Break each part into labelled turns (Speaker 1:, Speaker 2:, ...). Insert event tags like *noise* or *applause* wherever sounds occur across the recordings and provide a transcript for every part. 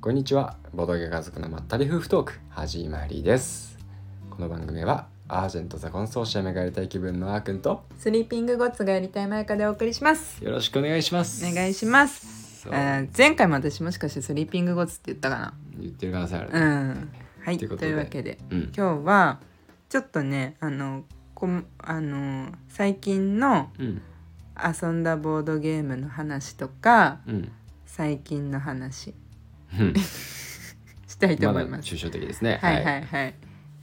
Speaker 1: こんにちはボドゲ家族のまったり夫婦トーク始まりですこの番組はアージェントザコンソーシアムがやりたい気分のあーくんと
Speaker 2: スリーピングゴッズがやりたいまゆかでお送りします。
Speaker 1: よろしくお願いします
Speaker 2: お願いします。
Speaker 1: す
Speaker 2: えー前回も私もしかしてスリーピングゴッズって言ったか
Speaker 1: 言ってる可能性ある
Speaker 2: な。うん。はい。
Speaker 1: とい
Speaker 2: という
Speaker 1: こ
Speaker 2: う
Speaker 1: とで
Speaker 2: わけで
Speaker 1: うん
Speaker 2: 今日はちょっとねあのこんあの最近の
Speaker 1: うん
Speaker 2: 遊んだボードゲームの話とか
Speaker 1: うん
Speaker 2: 最近の話 *laughs*
Speaker 1: うん
Speaker 2: したいと
Speaker 1: ま
Speaker 2: 思
Speaker 1: だ
Speaker 2: います。
Speaker 1: 抽象的ですね
Speaker 2: はいはいはい。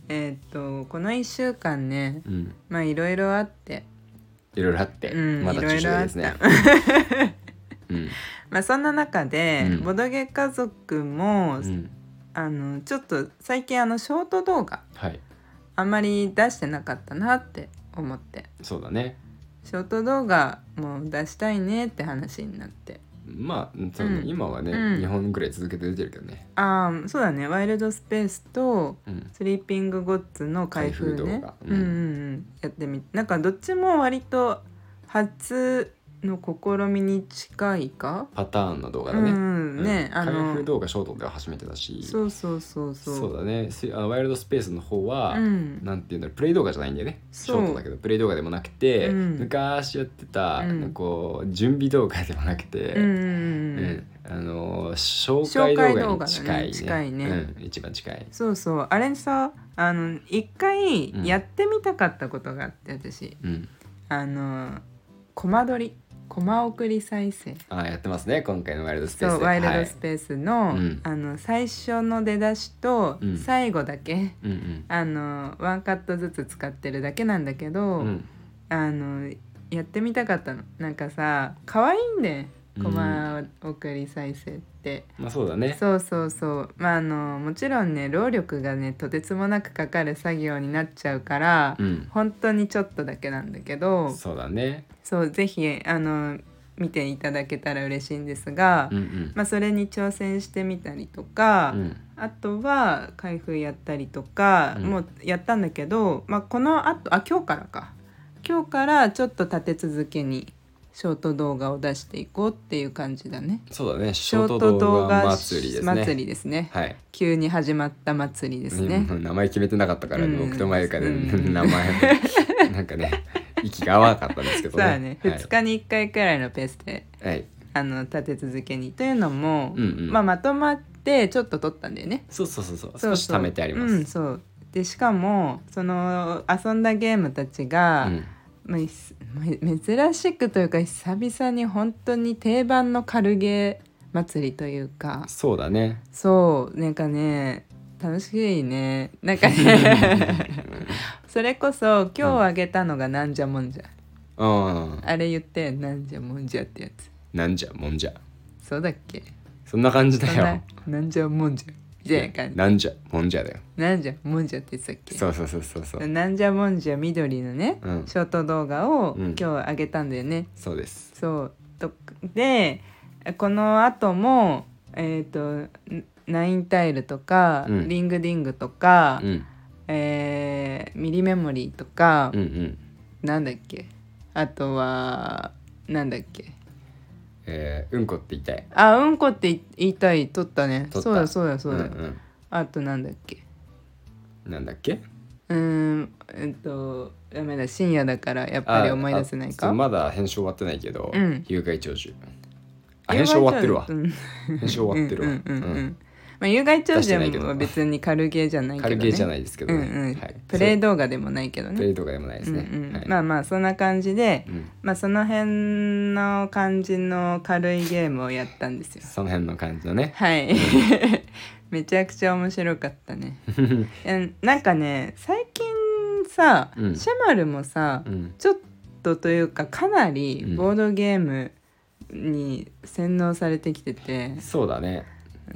Speaker 2: えーっとこの1週間ね
Speaker 1: うん
Speaker 2: まあいろいろあって、
Speaker 1: いろいろあって
Speaker 2: うん、
Speaker 1: まだ
Speaker 2: いろ
Speaker 1: 抽
Speaker 2: いろ
Speaker 1: 象
Speaker 2: あ
Speaker 1: 的
Speaker 2: っ
Speaker 1: ですね
Speaker 2: た。
Speaker 1: *laughs* うん
Speaker 2: まあそんな中で、
Speaker 1: うん
Speaker 2: ボドゲ家族
Speaker 1: う
Speaker 2: も、
Speaker 1: ん
Speaker 2: あのちょっと最近あのショート動画
Speaker 1: はい
Speaker 2: あんまり出してなかったなって思って
Speaker 1: そうだね
Speaker 2: ショート動画も出したいねって話になって
Speaker 1: まあそうね
Speaker 2: うん
Speaker 1: 今はね
Speaker 2: うん
Speaker 1: 2本ぐらい続けて出てるけどね
Speaker 2: ああそうだねワイルドスペースと
Speaker 1: うん
Speaker 2: スリーピングゴッズの開
Speaker 1: 開
Speaker 2: 封
Speaker 1: 封
Speaker 2: ね
Speaker 1: 動画う
Speaker 2: うんんうんうんやってみなんかどっちも割と初の試みに近いか、
Speaker 1: パターンの動画
Speaker 2: う
Speaker 1: だ
Speaker 2: んう
Speaker 1: ね
Speaker 2: んね、
Speaker 1: うん
Speaker 2: あ
Speaker 1: 開封
Speaker 2: の
Speaker 1: 動画ショートでは初めてだし
Speaker 2: そうそうそうそう
Speaker 1: そうだねスあのワイルドスペースの方は、
Speaker 2: うん
Speaker 1: なんていうんだろうプレイ動画じゃないんだよねシ
Speaker 2: そう
Speaker 1: ョートだけどプレイ動画でもなくて、
Speaker 2: うん
Speaker 1: 昔やってた、
Speaker 2: うん
Speaker 1: こう準備動画でもなくて、
Speaker 2: うんうんうん、
Speaker 1: うんあのー紹介動画に近いね
Speaker 2: 紹介動画だね近いね
Speaker 1: うん、一番近い
Speaker 2: そうそうあれさあの
Speaker 1: うん
Speaker 2: 一回やってみたかったことがあって私
Speaker 1: うん
Speaker 2: あのコマ撮りコマ送り再生
Speaker 1: あやってますね今回のワイルドスペー
Speaker 2: そ
Speaker 1: ス
Speaker 2: う
Speaker 1: で
Speaker 2: ワイルドスペースの,、
Speaker 1: はいうん
Speaker 2: あの最初の出だしと
Speaker 1: うん
Speaker 2: 最後だけ、
Speaker 1: はい、うん
Speaker 2: あのワンカットずつ使ってるだけなんだけど、
Speaker 1: うんうん
Speaker 2: あのやってみたかったのなんかさ可愛いんだよコマ送り再生って。
Speaker 1: まあそうだね
Speaker 2: そうそうそうまああのもちろんね労力がねとてつもなくかかる作業になっちゃうから、
Speaker 1: うん
Speaker 2: 本当にちょっとだけなんだけど
Speaker 1: そうだね
Speaker 2: そうぜひあの見ていただけたら嬉しいんですが、
Speaker 1: うんうん、
Speaker 2: まあ、それに挑戦してみたりとか、
Speaker 1: うん
Speaker 2: あとは開封やったりとか、
Speaker 1: うん
Speaker 2: もうやったんだけど、まあ、このあとあ今日からか今日からちょっと立て続けにショート動画を出していこうっていう感じだね。
Speaker 1: そうだねシ
Speaker 2: シ
Speaker 1: ョー
Speaker 2: ョー
Speaker 1: ト
Speaker 2: ト
Speaker 1: 動
Speaker 2: 動
Speaker 1: 画
Speaker 2: 画
Speaker 1: 祭りですね
Speaker 2: 祭りですね
Speaker 1: はい
Speaker 2: 急に始まった祭りですね
Speaker 1: う。ん名前決めてなかったから、ね
Speaker 2: うん
Speaker 1: 僕とまゆかで、
Speaker 2: うん
Speaker 1: 名前 *laughs* なんかね息が合わなかったんですけど
Speaker 2: そうだね、
Speaker 1: はい、
Speaker 2: 2日に1回くらいのペースで
Speaker 1: はい
Speaker 2: あの立て続けにというのも、
Speaker 1: うんうん
Speaker 2: まあ、まとまってちょっと撮ったんだよね。
Speaker 1: そうそうそうそう
Speaker 2: そうそう
Speaker 1: 少し貯めてあります
Speaker 2: うん、そうでしかもその遊んだゲームたちが、
Speaker 1: うん
Speaker 2: まあいすまあ珍しくというか久々に本当に定番の軽ゲー祭りというか
Speaker 1: そうだね
Speaker 2: そうなんかね楽しいねなん
Speaker 1: *laughs*
Speaker 2: かねそれこそ今日あげたのがなんじゃもんじゃ、
Speaker 1: うん
Speaker 2: あれ言ってなんじゃもんじゃってやつ
Speaker 1: なんじゃもんじゃ
Speaker 2: そうだっけ
Speaker 1: そんな感じ
Speaker 2: そ
Speaker 1: だ
Speaker 2: ん
Speaker 1: よ
Speaker 2: ななんじゃもんじゃみたいな感じ
Speaker 1: なんじゃもんじゃだよ
Speaker 2: なんじゃもんじゃって言ってたっけ
Speaker 1: そうそうそうそうそう
Speaker 2: なんじゃもんじゃ緑のね、
Speaker 1: うん
Speaker 2: ショート動画を
Speaker 1: うん
Speaker 2: 今日あげたんだよね、
Speaker 1: そうです
Speaker 2: そうとでこの後もえっ、とんナインタイルとか、
Speaker 1: うん
Speaker 2: リングディングとか、
Speaker 1: うん
Speaker 2: えーミリメモリーとか
Speaker 1: うんう、ん
Speaker 2: なんだっけあとはなんだっけ
Speaker 1: えー、うんこって言いたい
Speaker 2: あうんこって言いたい取ったね
Speaker 1: 撮った
Speaker 2: そうだそうだそうだ、
Speaker 1: ん
Speaker 2: あとなんだっけ
Speaker 1: うん、なんだっけ
Speaker 2: うーんえっとダメだ深夜だからやっぱり思い出せない
Speaker 1: ああ
Speaker 2: か
Speaker 1: そうまだ編集終わってないけど、
Speaker 2: うん
Speaker 1: 有害長寿あ編集終わってるわ
Speaker 2: うん
Speaker 1: 編集終わってるわ
Speaker 2: うんうんうんう
Speaker 1: うん
Speaker 2: んまあ有害長
Speaker 1: 出して
Speaker 2: 者
Speaker 1: ないけど
Speaker 2: も別に軽ゲーじゃないけど、ね、
Speaker 1: 軽ゲーじゃないいですけ
Speaker 2: う
Speaker 1: ど
Speaker 2: ん
Speaker 1: ね、
Speaker 2: うん
Speaker 1: はい、
Speaker 2: プレイ動画でもないけど
Speaker 1: プレ
Speaker 2: ね
Speaker 1: イとかでもないです
Speaker 2: うんう
Speaker 1: ね、
Speaker 2: ん
Speaker 1: はい
Speaker 2: まあまあそんな感じで、
Speaker 1: うん
Speaker 2: まあその辺の感じの軽いゲームをやったんですよ
Speaker 1: その辺の感じのね
Speaker 2: はい *laughs* めちゃくちゃ面白かった
Speaker 1: *laughs*
Speaker 2: ねうんなんかね最近さ、
Speaker 1: うん
Speaker 2: シェマルもさ、
Speaker 1: うん
Speaker 2: ちょっとというかかなり
Speaker 1: うん
Speaker 2: ボードゲームに洗脳されてきてて、
Speaker 1: そうだね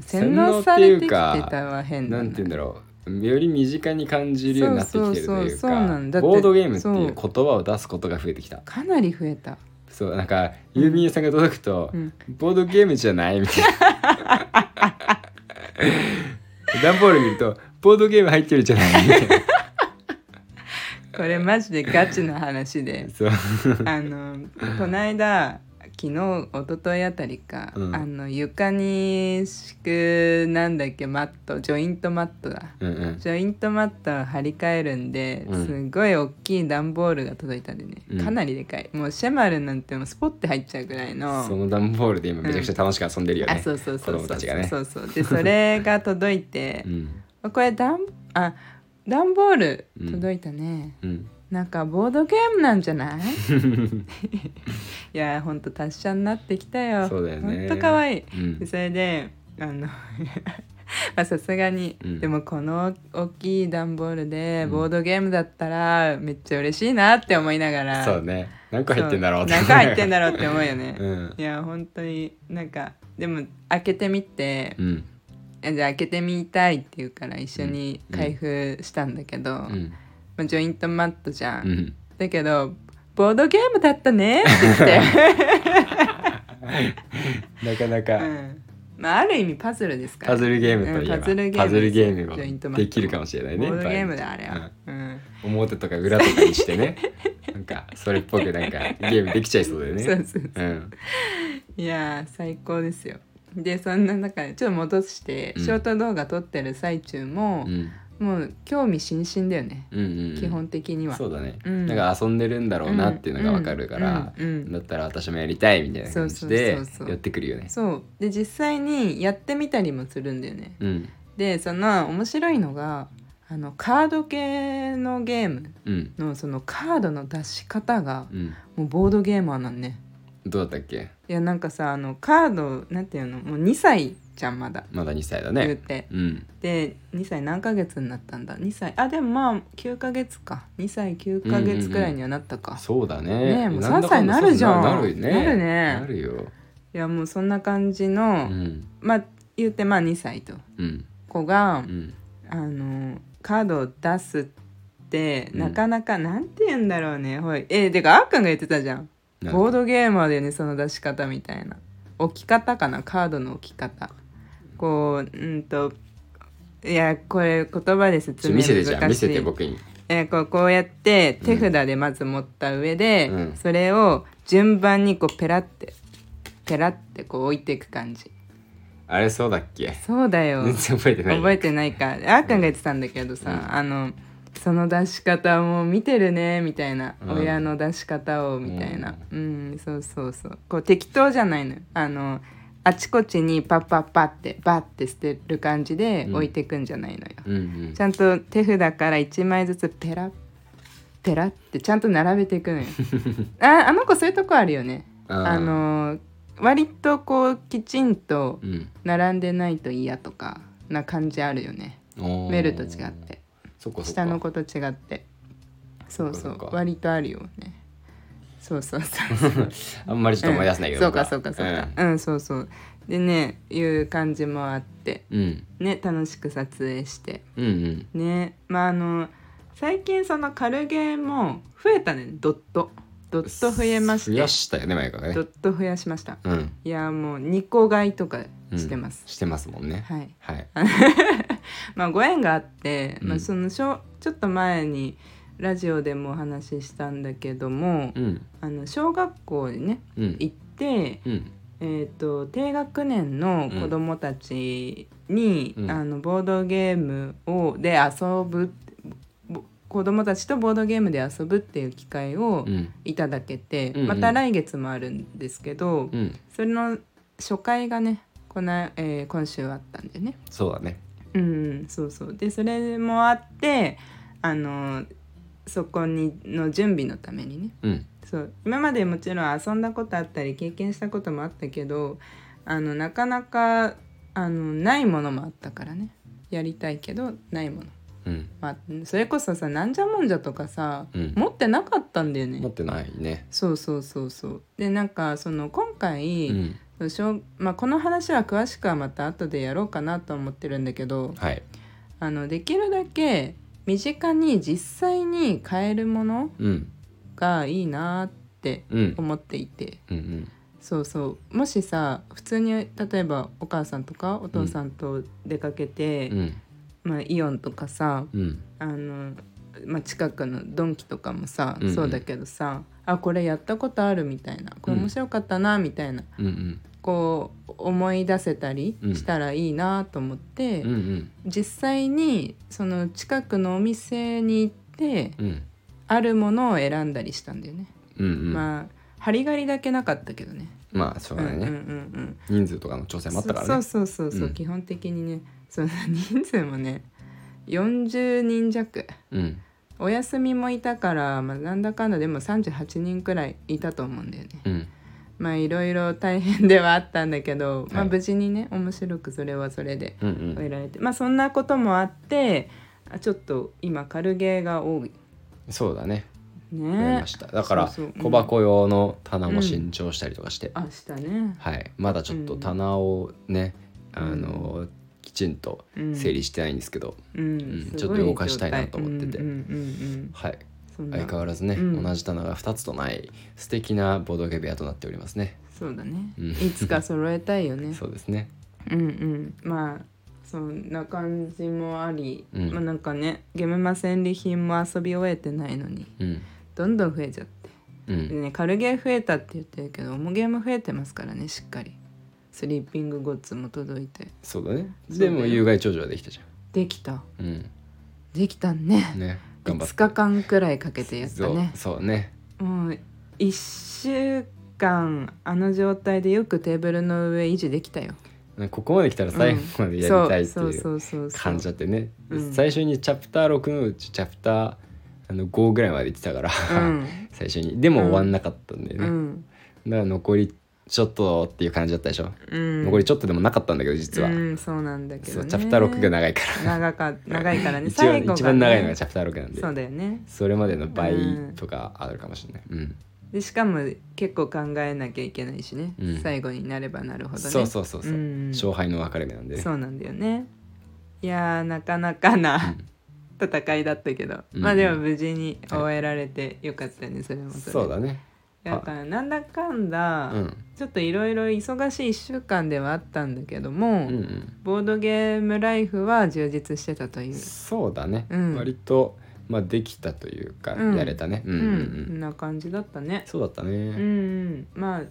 Speaker 2: 洗脳されてきてたわ変だ
Speaker 1: なんて言うんだろうより身近に感じるようになってきてると
Speaker 2: そう
Speaker 1: い
Speaker 2: そううそうそうなんだ
Speaker 1: か
Speaker 2: って
Speaker 1: ボードゲームっていう
Speaker 2: そ
Speaker 1: 言葉を出すことが増えてきた
Speaker 2: かなり増えた、
Speaker 1: そうなんか郵便屋さんが届くと、
Speaker 2: うん、
Speaker 1: ボードゲームじゃないみたいな段ボール見るとボードゲーム入ってるじゃないみたいな *laughs*
Speaker 2: これマジでガチな話で
Speaker 1: そう
Speaker 2: あのこの間昨日一昨日あたりか、
Speaker 1: うん
Speaker 2: あの床に敷くなんだっけマットジョイントマットだ
Speaker 1: うんうん
Speaker 2: ジョイントマットを張り替えるんで、
Speaker 1: うん
Speaker 2: すごい大きい段ボールが届いたんでね、
Speaker 1: うん
Speaker 2: かなりでかいもうシェマルンなんてもうスポッて入っちゃうぐらいの
Speaker 1: その段ボールで今めちゃくちゃ楽しく遊んでるよ
Speaker 2: あ
Speaker 1: ね。
Speaker 2: そうそうそう
Speaker 1: 子供
Speaker 2: そう
Speaker 1: たちがね
Speaker 2: そうそうでそれが届いて
Speaker 1: *laughs* う、ん
Speaker 2: これ段あ段ボール届いたね、
Speaker 1: うん
Speaker 2: なんかボードゲームなんじゃない *laughs* いやほんと達者になってきたよ
Speaker 1: そうだよね
Speaker 2: ほんとかわいい
Speaker 1: うん
Speaker 2: でそれであの *laughs* まあさすがに、
Speaker 1: うん
Speaker 2: でもこの大きい段ボールで
Speaker 1: うん
Speaker 2: ボードゲームだったらめっちゃ嬉しいなって思いながら、
Speaker 1: そうね何個入ってんだろう
Speaker 2: そう何個入ってんだろうって思う
Speaker 1: *laughs*
Speaker 2: よ
Speaker 1: う
Speaker 2: ね、
Speaker 1: ん
Speaker 2: いや本当になんかでも開けてみて、
Speaker 1: うん
Speaker 2: えじゃあ開けてみたいって言うから一緒に開封したんだけど、
Speaker 1: うん
Speaker 2: まあ、ジョイントマットじゃ、
Speaker 1: うんん
Speaker 2: だけどボードゲームだったねって
Speaker 1: *laughs*
Speaker 2: 言って、
Speaker 1: なかな
Speaker 2: う
Speaker 1: か
Speaker 2: んまあ、ある意味パズルですから
Speaker 1: パズルゲームといえば
Speaker 2: うんパズルゲーム
Speaker 1: パズルゲーム
Speaker 2: ジョイント
Speaker 1: が
Speaker 2: マット
Speaker 1: できるかもしれない
Speaker 2: ボ
Speaker 1: ね。
Speaker 2: ードゲームだあれは、うん
Speaker 1: うん表とか裏とかにしてね *laughs* なんかそれっぽくなんかゲームできちゃいそうだよね。
Speaker 2: そうそう
Speaker 1: うん
Speaker 2: いやー最高ですよでそんな中でちょっと戻して、
Speaker 1: うん
Speaker 2: ショート動画撮ってる最中も
Speaker 1: う、ん
Speaker 2: もう興味津々だよね、
Speaker 1: うんうんうん
Speaker 2: 基本的には
Speaker 1: そうだね、
Speaker 2: うん
Speaker 1: なんか遊んでるんだろうなっていうのがわかるから、
Speaker 2: うんうんうん
Speaker 1: だったら私もやりたいみたいな感じで
Speaker 2: そうそうそうそう
Speaker 1: やってくるよね。
Speaker 2: そうで実際にやってみたりもするんだよね
Speaker 1: うん
Speaker 2: でその面白いのがあのカード系のゲーム
Speaker 1: うん
Speaker 2: のそのカードの出し方が
Speaker 1: うん
Speaker 2: もうボードゲーマーなんね
Speaker 1: どうだったっけ
Speaker 2: いやなんかさあのカードなんていうのもう2歳じゃんまだ
Speaker 1: まだ2歳だ
Speaker 2: 言っ
Speaker 1: ね。
Speaker 2: て、
Speaker 1: うん
Speaker 2: で2歳何ヶ月になったんだ2歳あでもまあ9ヶ月か2歳9ヶ月くらいにはなったか、
Speaker 1: そうだ
Speaker 2: ね
Speaker 1: ね。
Speaker 2: えもう
Speaker 1: なんだか
Speaker 2: 3歳
Speaker 1: んだ
Speaker 2: なるじゃん
Speaker 1: なるね。
Speaker 2: なるね
Speaker 1: なるよ。
Speaker 2: いやもうそんな感じ
Speaker 1: う
Speaker 2: の、
Speaker 1: ん
Speaker 2: まあ言ってまあ2歳と
Speaker 1: うん
Speaker 2: 子が
Speaker 1: う、ん
Speaker 2: あのカードを出すって、
Speaker 1: うん
Speaker 2: なかなかなんて言うんだろうねほいえてかあっくんが言ってたじゃん
Speaker 1: なんか
Speaker 2: ボードゲーマーだよねその出し方みたいな置き方かなカードの置き方こううんといやこれ言葉で
Speaker 1: ち
Speaker 2: 説
Speaker 1: ょ
Speaker 2: 明
Speaker 1: 見
Speaker 2: 難し
Speaker 1: せ
Speaker 2: い
Speaker 1: てじゃあ見せて僕に。
Speaker 2: えーこうこうやって手札でまず持った上で、
Speaker 1: うん
Speaker 2: それを順番にこうペラってペラってこう置いていく感じ
Speaker 1: あれそうだっけ
Speaker 2: そうだよ
Speaker 1: 全然覚えてない。
Speaker 2: 覚えてないかあーくんが言ってたんだけどさ、
Speaker 1: うん
Speaker 2: あのその出し方も見てるねみたいな、
Speaker 1: うん
Speaker 2: 親の出し方をみたいなうん、そうそうそうこう適当じゃないのよあのあちこちにパッパッパってバッて捨てる感じで
Speaker 1: うん
Speaker 2: 置いてくんじゃないのよ、
Speaker 1: うんうん
Speaker 2: ちゃんと手札から1枚ずつペラッペラッってちゃんと並べていくの
Speaker 1: *laughs*
Speaker 2: よああの子そういうとこあるよね
Speaker 1: あー
Speaker 2: あの割とこうきちんと
Speaker 1: うん
Speaker 2: 並んでないと嫌とかな感じあるよね
Speaker 1: おー
Speaker 2: メルと違って
Speaker 1: そっかそっか
Speaker 2: 下の子と違ってそうそ
Speaker 1: そっかそうっか
Speaker 2: 割とあるよねそうそうそう
Speaker 1: *laughs* あんまりちょっと思い出せないけど、
Speaker 2: うんそうか
Speaker 1: 僕
Speaker 2: そ
Speaker 1: は
Speaker 2: うかそうかうん、そうそうでねいう感じもあって
Speaker 1: うん
Speaker 2: ね楽しく撮影して
Speaker 1: うんうん
Speaker 2: ねまああの最近その軽ゲーも増えたねドットド
Speaker 1: うん
Speaker 2: ット増えまして
Speaker 1: 増やしたよね前からね
Speaker 2: ドット増やしました
Speaker 1: うん、
Speaker 2: いやもう2個買いとか
Speaker 1: うん、
Speaker 2: してます、
Speaker 1: してますもんね
Speaker 2: はい
Speaker 1: はい
Speaker 2: まあご縁があって、
Speaker 1: うん
Speaker 2: まあ、そのしょちょっと前にラジオでもお話ししたんだけども、
Speaker 1: うん
Speaker 2: あの小学校にね
Speaker 1: うん
Speaker 2: 行って、
Speaker 1: うん
Speaker 2: えー、と低学年の子どもたちに、
Speaker 1: うん
Speaker 2: あのボードゲームをで遊ぶぼ子どもたちとボードゲームで遊ぶっていう機会を
Speaker 1: うん
Speaker 2: いただけて、
Speaker 1: うんうん
Speaker 2: また来月もあるんですけど、
Speaker 1: うん
Speaker 2: それの初回がねこな、えー今週あったんでね。
Speaker 1: そうだね
Speaker 2: うん、そうそうでそれもあってあのそこにの準備のためにね
Speaker 1: うん
Speaker 2: そう今までもちろん遊んだことあったり経験したこともあったけどあのなかなかあのないものもあったからねやりたいけどないもの、
Speaker 1: うん
Speaker 2: まあ、それこそさなんじゃもんじゃとかさ
Speaker 1: うん
Speaker 2: 持ってなかったんだよ
Speaker 1: 持
Speaker 2: ね
Speaker 1: ってないね
Speaker 2: そうそうそうそうでなんかその今回、
Speaker 1: うん
Speaker 2: そのしょうまあ、この話は詳しくはまた後でやろうかなと思ってるんだけど、
Speaker 1: はい
Speaker 2: あのできるだけ身近に実際に買えるもの
Speaker 1: うん
Speaker 2: がいいなって
Speaker 1: うん
Speaker 2: 思っていて
Speaker 1: うんうん
Speaker 2: そうそうもしさ普通に例えばお母さんとかお父さんと出かけて、
Speaker 1: うん
Speaker 2: まあ、イオンとかさ
Speaker 1: うん
Speaker 2: あのまあ、近くのドンキとかもさ、
Speaker 1: うんうん
Speaker 2: そうだけどさあこれやったことあるみたいなこれ面白かったなみたいな、
Speaker 1: うんうん
Speaker 2: こう思い出せたり
Speaker 1: うん
Speaker 2: したらいいなと思って、
Speaker 1: うんうん
Speaker 2: 実際にその近くのお店に行って
Speaker 1: うん
Speaker 2: あるものを選んだりしたんだよね、
Speaker 1: うんうんまあ、
Speaker 2: まあ張り紙だけなかったけどね
Speaker 1: そうだね、
Speaker 2: うんうんうん
Speaker 1: 人数とかの調整
Speaker 2: うん
Speaker 1: もあったからね
Speaker 2: そうそうそうそう、
Speaker 1: うん
Speaker 2: 基本的にねその人数もね40人弱
Speaker 1: うん
Speaker 2: お休みもいたから、まあ、なんだかんだでも38人くらいいたと思うんだよね
Speaker 1: うん
Speaker 2: まあいろいろ大変ではあったんだけど、まあ、
Speaker 1: はい
Speaker 2: 無事にね面白くそれはそれで
Speaker 1: うんう
Speaker 2: 終
Speaker 1: ん
Speaker 2: えられて、まあそんなこともあってあちょっと今軽ゲーが多い
Speaker 1: そうだね増え
Speaker 2: ね
Speaker 1: ましただから
Speaker 2: そうそううん
Speaker 1: 小箱用の棚も新調したりとかして、
Speaker 2: あしたね、
Speaker 1: はいまだちょっと棚をね、
Speaker 2: うん
Speaker 1: あのきちんと
Speaker 2: うん、
Speaker 1: 整理してないんですけど、
Speaker 2: うん
Speaker 1: うん
Speaker 2: すご
Speaker 1: ちょっと動かしたいなと思ってて
Speaker 2: うんうんうん
Speaker 1: はい
Speaker 2: うん、そんな
Speaker 1: 相変わらずね、
Speaker 2: うん
Speaker 1: 同じ棚が2つとない素敵なボードゲ部屋となっておりますね
Speaker 2: そうだね、
Speaker 1: うん
Speaker 2: いつか揃えたいよね
Speaker 1: そうですね
Speaker 2: うんうんまあそんな感じもあり、
Speaker 1: うん
Speaker 2: まあなんかねゲムマ戦利品も遊び終えてないのに
Speaker 1: うん
Speaker 2: どんどん増えちゃって
Speaker 1: う
Speaker 2: で
Speaker 1: ん
Speaker 2: ね軽ゲー増えたって言ってるけど重ゲーも増えてますからねしっかりスリーピングゴッズも届いて
Speaker 1: そうだね
Speaker 2: そう
Speaker 1: で
Speaker 2: だよ
Speaker 1: も有害長寿はできたじ
Speaker 2: できた
Speaker 1: ゃんうん
Speaker 2: できたね *laughs*
Speaker 1: ね頑張って
Speaker 2: 2日間くらいかけてやった
Speaker 1: そう
Speaker 2: ね
Speaker 1: そうね
Speaker 2: もう1週間あの状態でよくテーブルの上維持できたよ
Speaker 1: ここまで来たら最後までやりたいって
Speaker 2: そう
Speaker 1: い
Speaker 2: そううそうそう
Speaker 1: 感じだってね、
Speaker 2: うん
Speaker 1: 最初にチャプター6のうちチャプターあの5ぐらいまで行ってたから、
Speaker 2: うん、
Speaker 1: 最初にでも終わんなかったんだよ
Speaker 2: う
Speaker 1: ね、
Speaker 2: ん
Speaker 1: だから残りちょっとっていう感じだったでしょ、
Speaker 2: うん、
Speaker 1: 残りちょっとでもなかったんだけど実は、
Speaker 2: うん、そうなんだけど、ね、
Speaker 1: そうチャプター6が長いか
Speaker 2: 長か長いから
Speaker 1: ら
Speaker 2: ね
Speaker 1: *laughs* 一
Speaker 2: 最
Speaker 1: 番
Speaker 2: 後が、ね、
Speaker 1: 一番長いのがチャプター6なんで
Speaker 2: そうだよね
Speaker 1: それまでの倍とかあるかもしれない、うん
Speaker 2: でしかも結構考えなきゃいけないしね、
Speaker 1: うん
Speaker 2: 最後になればなるほどね
Speaker 1: そうそうそうそう、
Speaker 2: ん
Speaker 1: 勝敗の分かれ目なんでね
Speaker 2: そうなんだよねいやーなかなかな、戦いだったけど、
Speaker 1: うん
Speaker 2: まあでも無事に終えられてよかったよねそれもそれ
Speaker 1: そうだね
Speaker 2: だからなんだかんだ、
Speaker 1: うん
Speaker 2: ちょっといろいろ忙しい1週間ではあったんだけど
Speaker 1: う
Speaker 2: も、
Speaker 1: んうん
Speaker 2: ボードゲームライフは充実してたという
Speaker 1: そうだね、
Speaker 2: うん
Speaker 1: 割と、まあ、できたというか、
Speaker 2: うん
Speaker 1: やれたね、うん
Speaker 2: う
Speaker 1: うん
Speaker 2: ん、
Speaker 1: うん
Speaker 2: そんな感じだったね。
Speaker 1: そうだったね、
Speaker 2: うん、うん、まあ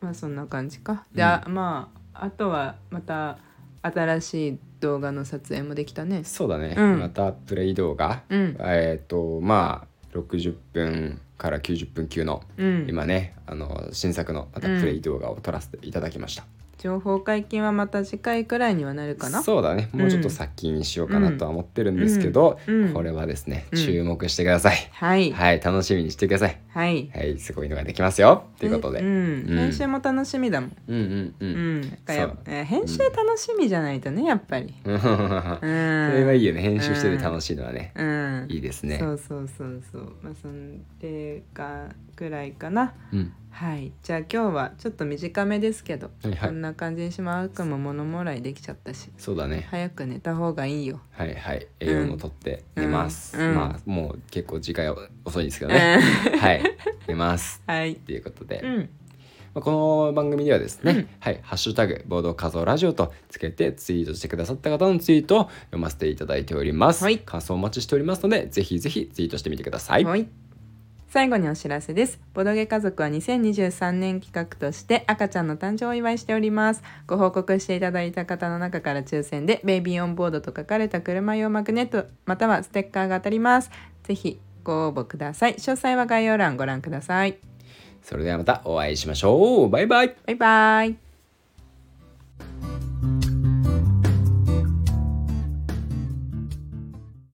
Speaker 2: まあそんな感じか。で、あまああとはまた新しい動画の撮影もできたね。
Speaker 1: そうだね、
Speaker 2: うん
Speaker 1: またプレイ動画、
Speaker 2: うん
Speaker 1: えっ、とまあ60分から90分級の、
Speaker 2: うん、
Speaker 1: 今ねあの新作のまたプレイ動画を撮らせていただきました、
Speaker 2: 情報解禁はまた次回くらいにはなるかな。
Speaker 1: そうだねもうちょっと先にしようかなとは思ってるんですけど、
Speaker 2: うんうん
Speaker 1: これはですね、
Speaker 2: うん
Speaker 1: 注目してください、
Speaker 2: はいはい。
Speaker 1: はい楽しみにしてくださいはいすごいのができますよということで、
Speaker 2: うん、
Speaker 1: うん
Speaker 2: 編集も楽しみだもん。
Speaker 1: うんうんう
Speaker 2: うんん、だからやっぱ
Speaker 1: そ
Speaker 2: え編集楽しみじゃないとねやっぱり。
Speaker 1: うんそうれはい
Speaker 2: ん。
Speaker 1: いよね編集してて楽しいのはね、
Speaker 2: うん。
Speaker 1: いいですね
Speaker 2: そうそうそうそう。まあそんでかくらいかな。
Speaker 1: うん
Speaker 2: はい、じゃあ今日はちょっと短めですけど、
Speaker 1: はいはい
Speaker 2: こんな感じにしまうくんも物もらいできちゃったし
Speaker 1: そうだね、
Speaker 2: 早く寝た方がいいよ。
Speaker 1: はいはい栄養もとって寝ます、
Speaker 2: うんうん
Speaker 1: まあもう結構時間遅いんですけどね、はい寝ます
Speaker 2: はい、
Speaker 1: ということで、
Speaker 2: う
Speaker 1: ま
Speaker 2: ん、
Speaker 1: あ、この番組ではですね、
Speaker 2: うん
Speaker 1: はいハッシュタグボード画像ラジオとつけてツイートしてくださった方のツイートを読ませていただいております、
Speaker 2: はい
Speaker 1: 感想お待ちしておりますのでぜひぜひツイートしてみてください
Speaker 2: はい最後にお知らせです。ボドゲ家族は2023年企画として赤ちゃんの誕生をお祝いしております。ご報告していただいた方の中から抽選でベイビーオンボードと書かれた車用マグネットまたはステッカーが当たります。ぜひご応募ください。詳細は概要欄ご覧ください。
Speaker 1: それではまたお会いしましょうバイバイ
Speaker 2: バイバイ。